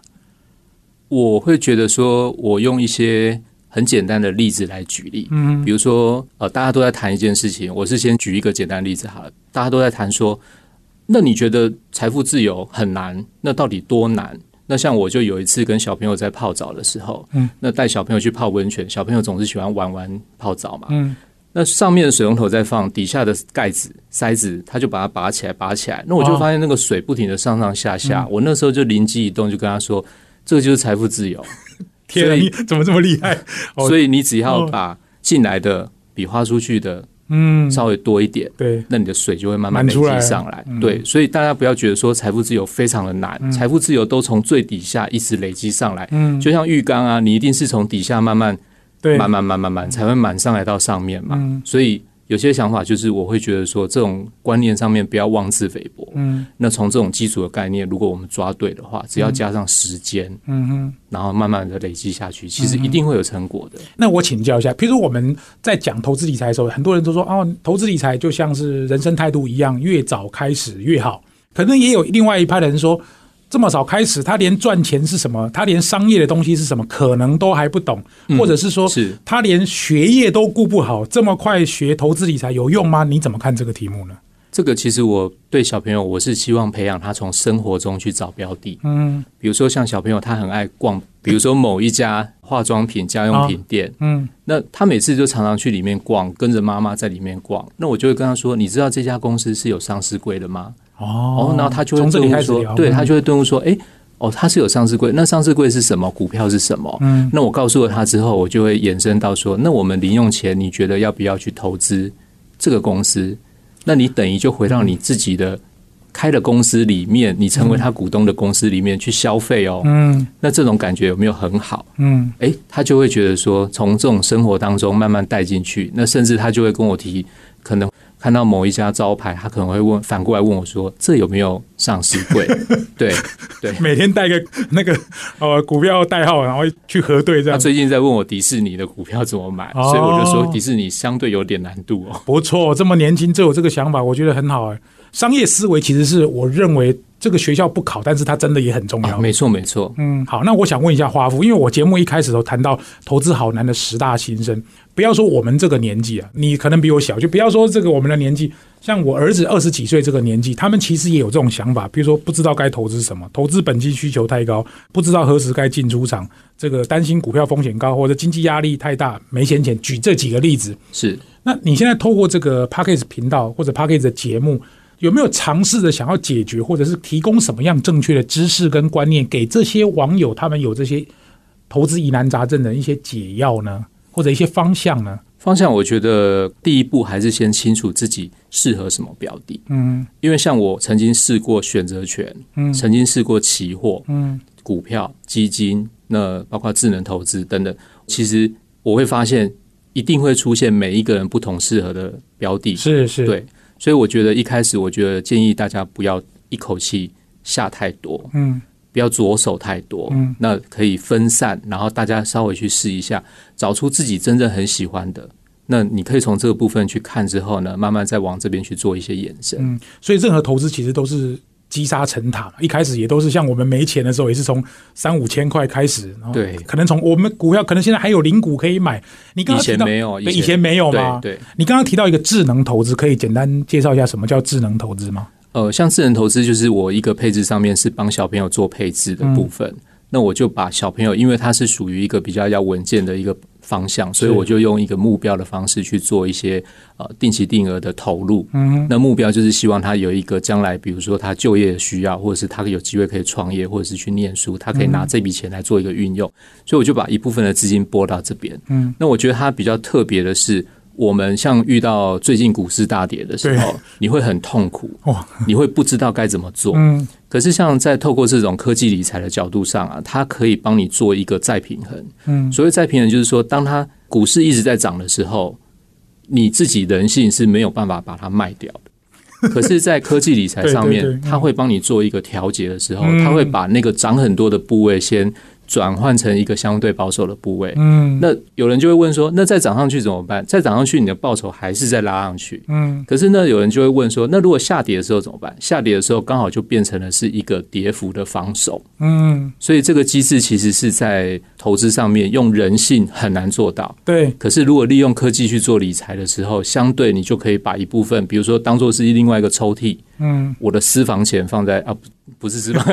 [SPEAKER 3] 我会觉得说，我用一些很简单的例子来举例，嗯，比如说，呃，大家都在谈一件事情，我是先举一个简单的例子好了，大家都在谈说，那你觉得财富自由很难？那到底多难？那像我就有一次跟小朋友在泡澡的时候，嗯，那带小朋友去泡温泉，小朋友总是喜欢玩玩泡澡嘛，
[SPEAKER 1] 嗯，
[SPEAKER 3] 那上面的水龙头在放，底下的盖子塞子，他就把它拔起来，拔起来，那我就
[SPEAKER 1] 哦嗯
[SPEAKER 3] 发现那个水不停的上上下下，我那时候就灵机一动，就跟他说，这个就是财富自由。
[SPEAKER 1] 天啊，
[SPEAKER 3] 所以
[SPEAKER 1] 你怎么这么厉害？哦
[SPEAKER 3] 所以你只要把进来的比花出去的
[SPEAKER 1] 嗯，
[SPEAKER 3] 稍微多一点，
[SPEAKER 1] 对，
[SPEAKER 3] 那你的水就会慢慢
[SPEAKER 1] 满
[SPEAKER 3] 累
[SPEAKER 1] 出来嗯
[SPEAKER 3] 积上来。对，所以大家不要觉得说财富自由非常的难，财富自由都从最底下一直累积上来。
[SPEAKER 1] 嗯，
[SPEAKER 3] 就像浴缸啊，你一定是从底下慢慢、
[SPEAKER 1] 对，嗯
[SPEAKER 3] 慢慢、慢慢、慢才会满上来到上面嘛。所以有些想法就是，我会觉得说，这种观念上面不要妄自菲薄。
[SPEAKER 1] 嗯
[SPEAKER 3] 那从这种基础的概念，如果我们抓对的话，只要加上时间，
[SPEAKER 1] 嗯哼。
[SPEAKER 3] 然后慢慢的累积下去，其实一定会有成果的。
[SPEAKER 1] 那我请教一下，譬如说我们在讲投资理财的时候，很多人都说哦，投资理财就像是人生态度一样，越早开始越好。可能也有另外一派的人说，这么早开始，他连赚钱是什么，他连商业的东西是什么，可能都还不懂，或者是说，
[SPEAKER 3] 嗯是
[SPEAKER 1] 他连学业都顾不好，这么快学投资理财有用吗？你怎么看这个题目呢？
[SPEAKER 3] 这个其实我对小朋友，我是希望培养他从生活中去找标的。
[SPEAKER 1] 嗯
[SPEAKER 3] 比如说像小朋友，他很爱逛，比如说某一家化妆品、家用品店，
[SPEAKER 1] 嗯
[SPEAKER 3] 那他每次就常常去里面逛，跟着妈妈在里面逛。那我就会跟他说：“你知道这家公司是有上市柜的吗？”
[SPEAKER 1] 哦
[SPEAKER 3] 哦，然后他就
[SPEAKER 1] 从
[SPEAKER 3] 会
[SPEAKER 1] 这里
[SPEAKER 3] 顿
[SPEAKER 1] 开
[SPEAKER 3] 悟
[SPEAKER 1] 始
[SPEAKER 3] 说
[SPEAKER 1] 聊，，嗯
[SPEAKER 3] 对他就会顿悟说：“诶，哦，它是有上市柜，那上市柜是什么？股票是什么？”
[SPEAKER 1] 嗯
[SPEAKER 3] 那我告诉了他之后，我就会延伸到说，那我们零用钱，你觉得要不要去投资这个公司？那你等于就回到你自己的开的公司里面，你成为他股东的公司里面去消费哦。
[SPEAKER 1] 嗯
[SPEAKER 3] 那这种感觉有没有很好？
[SPEAKER 1] 嗯
[SPEAKER 3] 诶，他就会觉得说，从这种生活当中慢慢带进去。那甚至他就会跟我提，可能看到某一家招牌，他可能会问，反过来问我说，这有没有上市 柜？对对。
[SPEAKER 1] 每天带个那个呃股票代号，然后去核对这
[SPEAKER 3] 他
[SPEAKER 1] 样子。
[SPEAKER 3] 最近在问我迪士尼的股票怎么买，
[SPEAKER 1] 哦
[SPEAKER 3] 所以我就说迪士尼相对有点难度哦。
[SPEAKER 1] 不错，这么年轻就有这个想法，我觉得很好哎、商业思维其实是我认为这个学校不考，但是它真的也很重要。
[SPEAKER 3] 啊，没错没错，
[SPEAKER 1] 哦嗯，好，那我想问一下花夫，因为我节目一开始都谈到投资好难的十大新生，不要说我们这个年纪啊，你可能比我小，就不要说这个我们的年纪，像我儿子二十几岁这个年纪，他们其实也有这种想法，比如说不知道该投资什么，投资本金需求太高，不知道何时该进出场，这个担心股票风险高或者经济压力太大，没闲钱。举这几个例子，
[SPEAKER 3] 是
[SPEAKER 1] 那你现在透过这个 p a c k a g e 频道或者 p a c k a g e 的节目，有没有尝试着想要解决，或者是提供什么样正确的知识跟观念给这些网友，他们有这些投资疑难杂症的一些解药呢，或者一些方向呢？
[SPEAKER 3] 方向，我觉得第一步还是先清楚自己适合什么标的，
[SPEAKER 1] 嗯
[SPEAKER 3] 因为像我曾经试过选择权，
[SPEAKER 1] 嗯
[SPEAKER 3] 曾经试过期货、
[SPEAKER 1] 嗯
[SPEAKER 3] 股票、基金，那包括智能投资等等。其实我会发现，一定会出现每一个人不同适合的标的。
[SPEAKER 1] 是是，
[SPEAKER 3] 对，所以我觉得一开始，我觉得建议大家不要一口气下太多，
[SPEAKER 1] 嗯
[SPEAKER 3] 不要着手太多，
[SPEAKER 1] 嗯
[SPEAKER 3] 那可以分散，然后大家稍微去试一下，找出自己真正很喜欢的。那你可以从这个部分去看之后呢，慢慢再往这边去做一些延伸。
[SPEAKER 1] 嗯，所以任何投资其实都是积沙成塔嘛，一开始也都是像我们没钱的时候，也是从三五千块开始，然后
[SPEAKER 3] 对
[SPEAKER 1] 可能从我们股票，可能现在还有零股可以买，你刚
[SPEAKER 3] 以
[SPEAKER 1] 刚提
[SPEAKER 3] 前
[SPEAKER 1] 到
[SPEAKER 3] 没有，
[SPEAKER 1] 对以前没有吗？
[SPEAKER 3] 对对，
[SPEAKER 1] 你刚刚提到一个智能投资，可以简单介绍一下什么叫智能投资吗？
[SPEAKER 3] 呃，像智能投资就是我一个配置上面是帮小朋友做配置
[SPEAKER 1] 嗯
[SPEAKER 3] 的部分，那我就把小朋友，因为他是属于一个比较要稳健的一个方向，所以
[SPEAKER 1] 是
[SPEAKER 3] 我就用一个目标的方式去做一些呃定期定额的投入。
[SPEAKER 1] 嗯，
[SPEAKER 3] 那目标就是希望他有一个将来，比如说他就业的需要，或者是他有机会可以创业，或者是去念书，他可以
[SPEAKER 1] 嗯
[SPEAKER 3] 拿这笔钱来做一个运用。所以我就把一部分的资金拨到这边。
[SPEAKER 1] 嗯，
[SPEAKER 3] 那我觉得它比较特别的是，我们像遇到最近股市大跌的时候，你会很痛苦，
[SPEAKER 1] 哇，
[SPEAKER 3] 你会不知道该怎么做。
[SPEAKER 1] 嗯
[SPEAKER 3] 可是像在透过这种科技理财的角度上啊，它可以帮你做一个再平衡。
[SPEAKER 1] 嗯
[SPEAKER 3] 所谓再平衡，就是说，当它股市一直在涨的时候，你自己人性是没有办法把它卖掉的。 可是，在科技理财上面，
[SPEAKER 1] 对对对嗯
[SPEAKER 3] 它会帮你做一个调节的时候，
[SPEAKER 1] 嗯
[SPEAKER 3] 它会把那个涨很多的部位先转换成一个相对保守的部位。
[SPEAKER 1] 嗯
[SPEAKER 3] 那有人就会问说，那再涨上去怎么办？再涨上去，你的报酬还是在拉上去。
[SPEAKER 1] 嗯
[SPEAKER 3] 可是呢，有人就会问说，那如果下跌的时候怎么办？下跌的时候刚好就变成了是一个跌幅的防守，
[SPEAKER 1] 嗯，
[SPEAKER 3] 所以这个机制其实是在投资上面用人性很难做到。
[SPEAKER 1] 对，
[SPEAKER 3] 可是如果利用科技去做理财的时候，相对你就可以把一部分，比如说当做是另外一个抽屉，
[SPEAKER 1] 嗯
[SPEAKER 3] 我的私房钱放在啊，不不是 私房，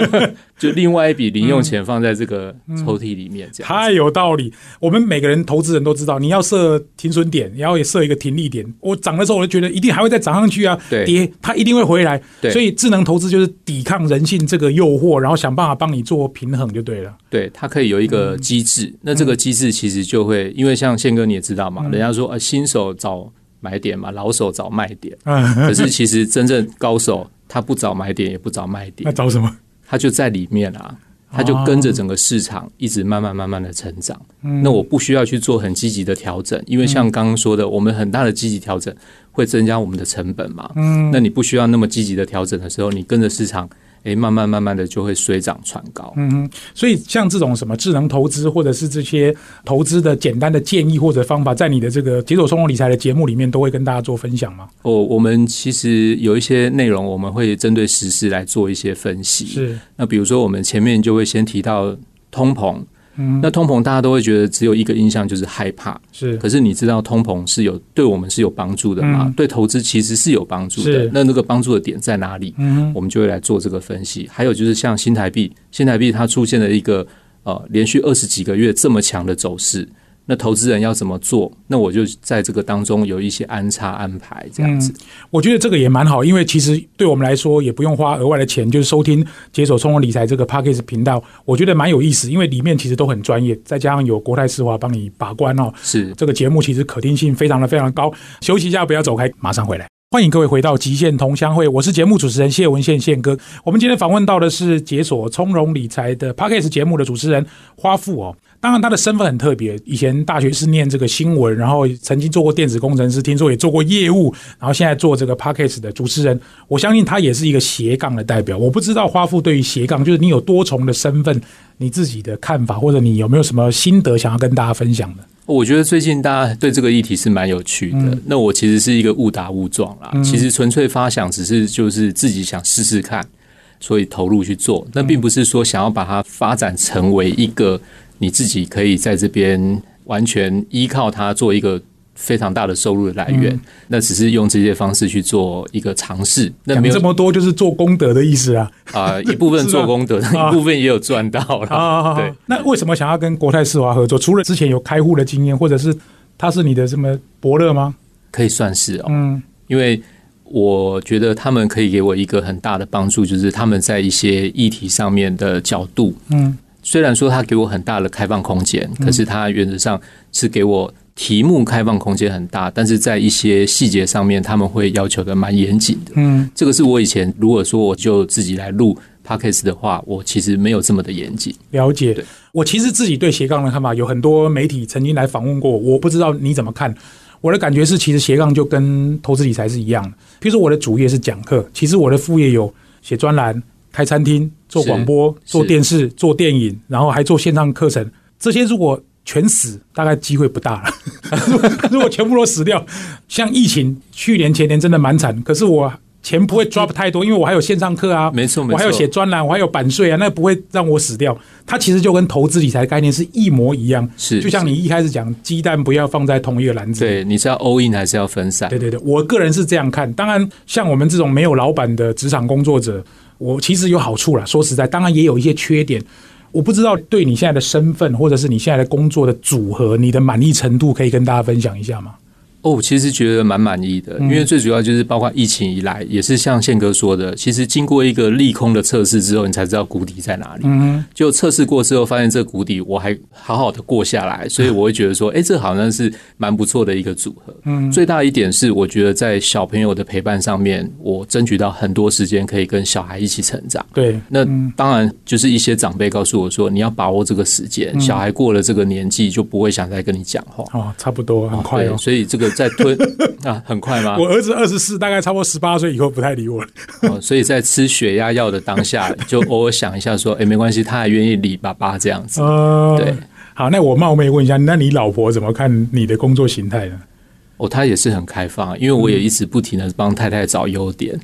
[SPEAKER 3] 就另外一笔零用钱放在这个抽屉里面，这样。
[SPEAKER 1] 太有道理。我们每个人投资人都知道，你要设停损点，然后也设一个停利点。我涨的时候，我就觉得一定还会再涨上去啊，
[SPEAKER 3] 对
[SPEAKER 1] 跌它一定会回来。
[SPEAKER 3] 对
[SPEAKER 1] 所以智能投资就是抵抗人性这个诱惑，然后想办法帮你做平衡就对了。
[SPEAKER 3] 对，它可以有一个机制。
[SPEAKER 1] 嗯
[SPEAKER 3] 那这个机制其实就会，因为像宪哥你也知道嘛，人家说呃新手早买点嘛，老手早卖点。
[SPEAKER 1] 嗯，
[SPEAKER 3] 可是其实真正高手，他不早买点也不早卖
[SPEAKER 1] 那
[SPEAKER 3] 点，
[SPEAKER 1] 找什么？
[SPEAKER 3] 他就在里面啊，
[SPEAKER 1] 哦
[SPEAKER 3] 他就跟着整个市场一直慢慢慢慢的成长。
[SPEAKER 1] 嗯
[SPEAKER 3] 那我不需要去做很积极的调整，因为像刚刚说的，我们很大的积极调整会增加我们的成本嘛。
[SPEAKER 1] 嗯
[SPEAKER 3] 那你不需要那么积极的调整的时候，你跟着市场，诶，慢慢慢慢的就会水涨船高。
[SPEAKER 1] 嗯哼，所以像这种什么智能投资，或者是这些投资的简单的建议或者方法，在你的这个解锁生活理财的节目里面，都会跟大家做分享吗？
[SPEAKER 3] 我哦我们其实有一些内容，我们会针对时事来做一些分析。，
[SPEAKER 1] 是，
[SPEAKER 3] 那比如说我们前面就会先提到通膨，
[SPEAKER 1] 嗯，
[SPEAKER 3] 那通膨大家都会觉得只有一个印象就是害怕，
[SPEAKER 1] 是，
[SPEAKER 3] 可是你知道通膨是有对我们是有帮助的吗？
[SPEAKER 1] 嗯
[SPEAKER 3] 对投资其实是有帮助的
[SPEAKER 1] 是。
[SPEAKER 3] 那那个帮助的点在哪里？
[SPEAKER 1] 嗯
[SPEAKER 3] 我们就会来做这个分析。还有就是像新台币，新台币它出现了一个呃连续二十几个月这么强的走势，那投资人要怎么做？那我就在这个当中有一些安插安排这样子。
[SPEAKER 1] 嗯我觉得这个也蛮好，因为其实对我们来说也不用花额外的钱，就是收听《解锁生活理财》这个 p a c k a g e 频道，我觉得蛮有意思，因为里面其实都很专业，再加上有国泰世华帮你把关哦，
[SPEAKER 3] 是
[SPEAKER 1] 这个节目其实可听性非常的非常高。休息一下，不要走开，马上回来。欢迎各位回到《极限同乡会》，我是节目主持人谢文宪宪哥。我们今天访问到的是解锁从容理财的 p a c k a g e 节目的主持人花富哦。当然，他的身份很特别，以前大学是念这个新闻，然后曾经做过电子工程师，听说也做过业务，然后现在做这个 p a c k a g e 的主持人。我相信他也是一个斜杠的代表。我不知道花富对于斜杠，就是你有多重的身份，你自己的看法，或者你有没有什么心得想要跟大家分享的？
[SPEAKER 3] 我觉得最近大家对这个议题是蛮有趣的。
[SPEAKER 1] 嗯
[SPEAKER 3] 那我其实是一个误打误撞啦，其实纯粹发想，只是就是自己想试试看，所以投入去做。那并不是说想要把它发展成为一个你自己可以在这边完全依靠它做一个。非常大的收入的来
[SPEAKER 1] 嗯
[SPEAKER 3] 源，那只是用这些方式去做一个尝试，那
[SPEAKER 1] 讲
[SPEAKER 3] 没有
[SPEAKER 1] 这么多就是做功德的意思啊！
[SPEAKER 3] 啊、一部分
[SPEAKER 1] 是
[SPEAKER 3] 做
[SPEAKER 1] 吗
[SPEAKER 3] 功德，
[SPEAKER 1] 啊
[SPEAKER 3] 一部分也有赚到了。
[SPEAKER 1] 啊，
[SPEAKER 3] 对，
[SPEAKER 1] 那为什么想要跟国泰世华合作？除了之前有开户的经验，或者是他是你的什么伯乐吗？
[SPEAKER 3] 可以算是哦。
[SPEAKER 1] 嗯
[SPEAKER 3] 因为我觉得他们可以给我一个很大的帮助，就是他们在一些议题上面的角度。
[SPEAKER 1] 嗯，
[SPEAKER 3] 虽然说他给我很大的开放空间，可是他原则上是给我题目开放空间很大，但是在一些细节上面他们会要求的蛮严谨的。
[SPEAKER 1] 嗯，
[SPEAKER 3] 这个是我以前如果说我就自己来录 podcast 的话，我其实没有这么的严谨。
[SPEAKER 1] 了解
[SPEAKER 3] 对。
[SPEAKER 1] 我其实自己对斜杠的看法，有很多媒体曾经来访问过我，我不知道你怎么看。我的感觉是，其实斜杠就跟投资理财是一样的。比如说，我的主业是讲课，其实我的副业有写专栏、开餐厅、做
[SPEAKER 3] 是
[SPEAKER 1] 广播、
[SPEAKER 3] 是
[SPEAKER 1] 做电视、做电影，然后还做线上课程。这些如果全死，大概机会不大了。 如果如果全部都死掉，像疫情去年前年真的蛮惨，可是我钱不会 drop 太多，因为我还有线上课啊，
[SPEAKER 3] 哦没错没错
[SPEAKER 1] 我还有写专栏，我还有版税啊，那不会让我死掉。它其实就跟投资理财概念是一模一样，
[SPEAKER 3] 是
[SPEAKER 1] 就像你一开始讲，鸡蛋不要放在同一个篮子里。
[SPEAKER 3] 对，你是要 all in 还是要分散？
[SPEAKER 1] 对对对，我个人是这样看。当然，像我们这种没有老板的职场工作者，我其实有好处啦。说实在，当然也有一些缺点。我不知道对你现在的身份，或者是你现在的工作的组合，你的满意程度，可以跟大家分享一下吗？
[SPEAKER 3] 哦，我其实觉得蛮满意的，因为最主要就是包括疫情以来，也是像宪哥说的，其实经过一个利空的测试之后，你才知道谷底在哪里。嗯，就测试过之后，发现这谷底我还好好的过下来，所以我会觉得 说，哎，这好像是蛮不错的一个组合。嗯，最大一点是，我觉得在小朋友的陪伴上面，我争取到很多时间可以跟小孩一起成长。
[SPEAKER 1] 对，
[SPEAKER 3] 那当然，就是一些长辈告诉我说，你要把握这个时间，小孩过了这个年纪就不会想再跟你讲话。
[SPEAKER 1] 哦，差不多，很快
[SPEAKER 3] 对，
[SPEAKER 1] 哦。
[SPEAKER 3] 所以这个在 吞啊，很快吗？
[SPEAKER 1] 我儿子二十四，大概差不多十八岁以后不太理我了。
[SPEAKER 3] 哦所以在吃血压药的当下，就偶尔想一下说，哎、没关系，他还愿意理爸爸这样子。
[SPEAKER 1] 呃，
[SPEAKER 3] 对。
[SPEAKER 1] 好，那我冒昧问一下，那你老婆怎么看你的工作形态呢？
[SPEAKER 3] 哦，他也是很开放，因为我也一直不停的帮太太找优 点，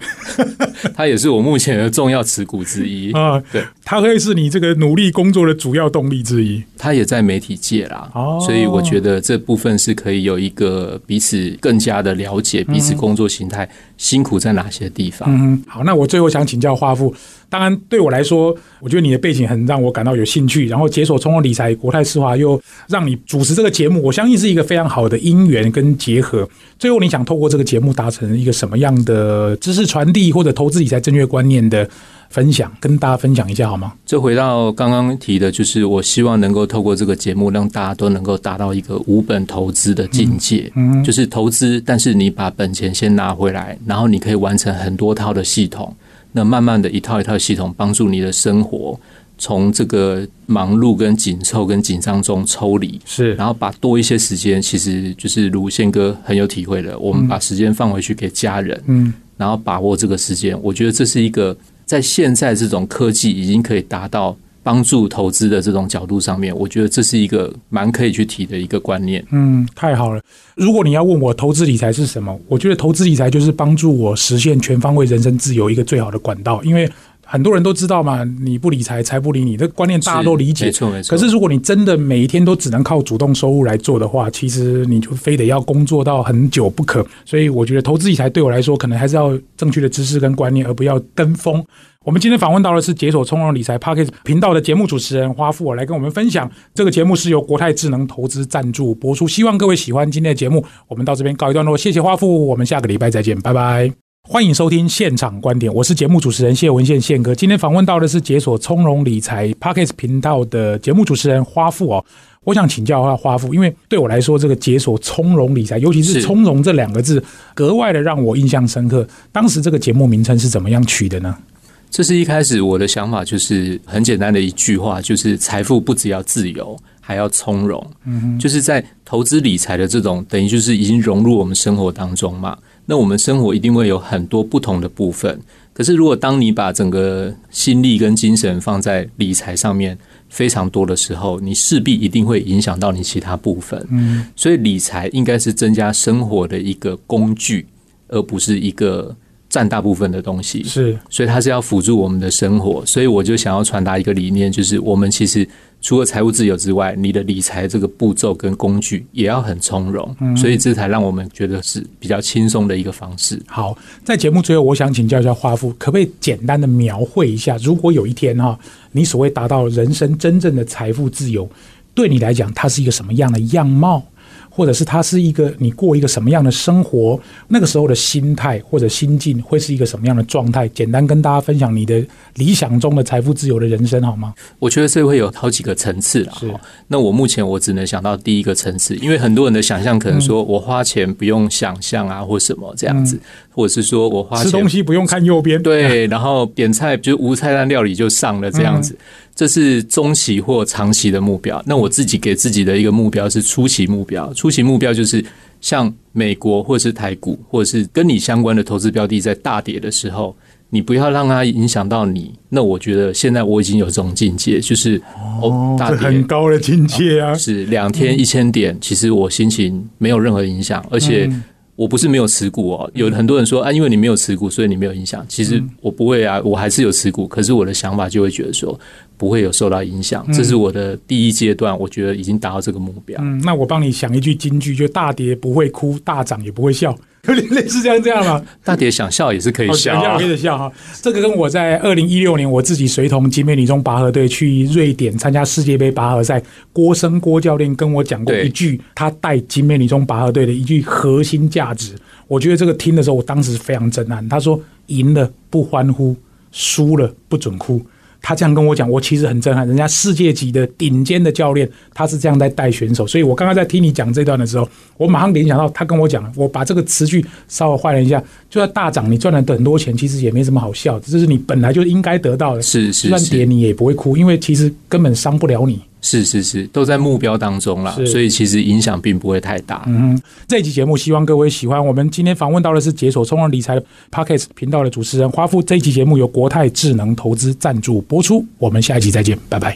[SPEAKER 3] 他也是我目前的重要持股之一。
[SPEAKER 1] 啊、
[SPEAKER 3] 对，
[SPEAKER 1] 她会是你这个努力工作的主要动力之一。
[SPEAKER 3] 他也在媒体界啦，
[SPEAKER 1] 哦
[SPEAKER 3] 所以我觉得这部分是可以有一个彼此更加的了解彼此工作形态、辛苦在哪些地方。
[SPEAKER 1] 嗯，好，那我最后想请教花富，当然对我来说，我觉得你的背景很让我感到有兴趣，然后解锁冲动理财、国泰世华又让你主持这个节目，我相信是一个非常好的因缘跟结合。最后，你想透过这个节目达成一个什么样的知识传递，或者投资理财正确观念的分享，跟大家分享一下好吗？
[SPEAKER 3] 这回到刚刚提的，就是我希望能够透过这个节目，让大家都能够达到一个无本投资的境界，就是投资，但是你把本钱先拿回来，然后你可以完成很多套的系统，那慢慢的一套一套系统帮助你的生活从这个忙碌跟紧凑跟紧张中抽离，
[SPEAKER 1] 是
[SPEAKER 3] 然后把多一些时间，其实就是如宪哥很有体会的，我们把时间放回去给家人，
[SPEAKER 1] 嗯，
[SPEAKER 3] 然后把握这个时间，我觉得这是一个在现在这种科技已经可以达到帮助投资的这种角度上面，我觉得这是一个蛮可以去提的一个观念。
[SPEAKER 1] 嗯，太好了。如果你要问我投资理财是什么，我觉得投资理财就是帮助我实现全方位人生自由一个最好的管道，因为。很多人都知道嘛，你不理财，财不理你，这个观念大家都理解
[SPEAKER 3] 没。错没
[SPEAKER 1] 可
[SPEAKER 3] 错。
[SPEAKER 1] 是，如果你真的每一天都只能靠主动收入来做的话，其实你就非得要工作到很久不可。所以，我觉得投资理财对我来说，可能还是要正确的知识跟观念，而不要跟风。我们今天访问到的是解锁从容理财 p a c k e t 频道的节目主持人花富尔来跟我们分享。这个节目是由国泰智能投资赞助播出，希望各位喜欢今天的节目。我们到这边告一段落，谢谢花富，我们下个礼拜再见，拜拜。欢迎收听现场观点，我是节目主持人谢文宪宪哥。今天访问到的是解锁从容理财 Pockets 频道的节目主持人花富哦。我想请教一下花富，因为对我来说，这个解锁从容理财，尤其是“
[SPEAKER 3] 是
[SPEAKER 1] 从容”这两个字，格外的让我印象深刻。当时这个节目名称是怎么样取的呢？
[SPEAKER 3] 这是一开始我的想法，就是很简单的一句话，就是财富不只要自由，还要从容。嗯，就是在投资理财的这种，等于就是已经融入我们生活当中嘛。那我们生活一定会有很多不同的部分，可是如果当你把整个心力跟精神放在理财上面非常多的时候，你势必一定会影响到你其他部分。嗯，所以理财应该是增加生活的一个工具，而不是一个占大部分的东西。
[SPEAKER 1] 是
[SPEAKER 3] 所以它是要辅助我们的生活。所以我就想要传达一个理念，就是我们其实除了财务自由之外，你的理财这个步骤跟工具也要很从容，
[SPEAKER 1] 嗯
[SPEAKER 3] 所以这才让我们觉得是比较轻松的一个方式。
[SPEAKER 1] 好，在节目最后，我想请教一下花富，可不可以简单的描绘一下，如果有一天哈、你所谓达到人生真正的财富自由，对你来讲，它是一个什么样的样貌？或者是他是一个你过一个什么样的生活，那个时候的心态或者心境会是一个什么样的状态？简单跟大家分享你的理想中的财富自由的人生好吗？
[SPEAKER 3] 我觉得这会有好几个层次啦。
[SPEAKER 1] 是
[SPEAKER 3] 哦那我目前我只能想到第一个层次，因为很多人的想象可能
[SPEAKER 1] 嗯
[SPEAKER 3] 说我花钱不用想象啊，或什么这样子，或者是说我花
[SPEAKER 1] 吃
[SPEAKER 3] 钱
[SPEAKER 1] 东西不用看右边，，
[SPEAKER 3] 对， 然后点菜就是无菜单料理就上了这样
[SPEAKER 1] 嗯
[SPEAKER 3] 子，这是中期或长期的目标。那我自己给自己的一个目标是初期目标，初期目标就是像美国或是台股，或者是跟你相关的投资标的在大跌的时候。你不要让它影响到你。那我觉得现在我已经有这种境界，就是哦，大
[SPEAKER 1] 这
[SPEAKER 3] 跌嗯
[SPEAKER 1] 很高的境界啊。
[SPEAKER 3] 是两天一千点，其实我心情没有任何影响，而且我不是没有持股哦。有很多人说啊，因为你没有持股，所以你没有影响。其实我不会啊，我还是有持股，可是我的想法就会觉得说不会有受到影响。这是我的第一阶段，我觉得已经达到这个目标。
[SPEAKER 1] 嗯，那我帮你想一句金句，就大跌不会哭，大涨也不会笑， 有点类似这样啊这样吗？
[SPEAKER 3] 大跌想笑也是可以
[SPEAKER 1] 好，
[SPEAKER 3] 笑、
[SPEAKER 1] 我
[SPEAKER 3] 啊
[SPEAKER 1] 跟，着笑哈。这个跟我在二零一六年我自己随同集美女中拔河队去瑞典参加世界杯拔河赛，郭生郭教练跟我讲过
[SPEAKER 3] 对
[SPEAKER 1] 一句，他带集美女中拔河队的一句核心价值，我觉得这个听的时候，我当时非常震撼。他说：“赢了不欢呼，输了不准哭。”他这样跟我讲，我其实很震撼。人家世界级的顶尖的教练，他是这样在带选手，所以我刚刚在听你讲这段的时候，我马上联想到他跟我讲，我把这个词句稍微换了一下，就算大涨，你赚了很多钱，其实也没什么好笑，这是你本来就应该得到的。
[SPEAKER 3] 是
[SPEAKER 1] 就是算跌
[SPEAKER 3] 是
[SPEAKER 1] 你也不会哭，因为其实根本伤不了你。
[SPEAKER 3] 是是是，都在目标当中啦
[SPEAKER 1] 是，
[SPEAKER 3] 所以其实影响并不会太大。
[SPEAKER 1] 这一期节目希望各位喜欢。我们今天访问到的是解锁冲浪理财 Podcast 频道的主持人花富。这一期节目由国泰智能投资赞助播出。我们下一期再见，拜拜。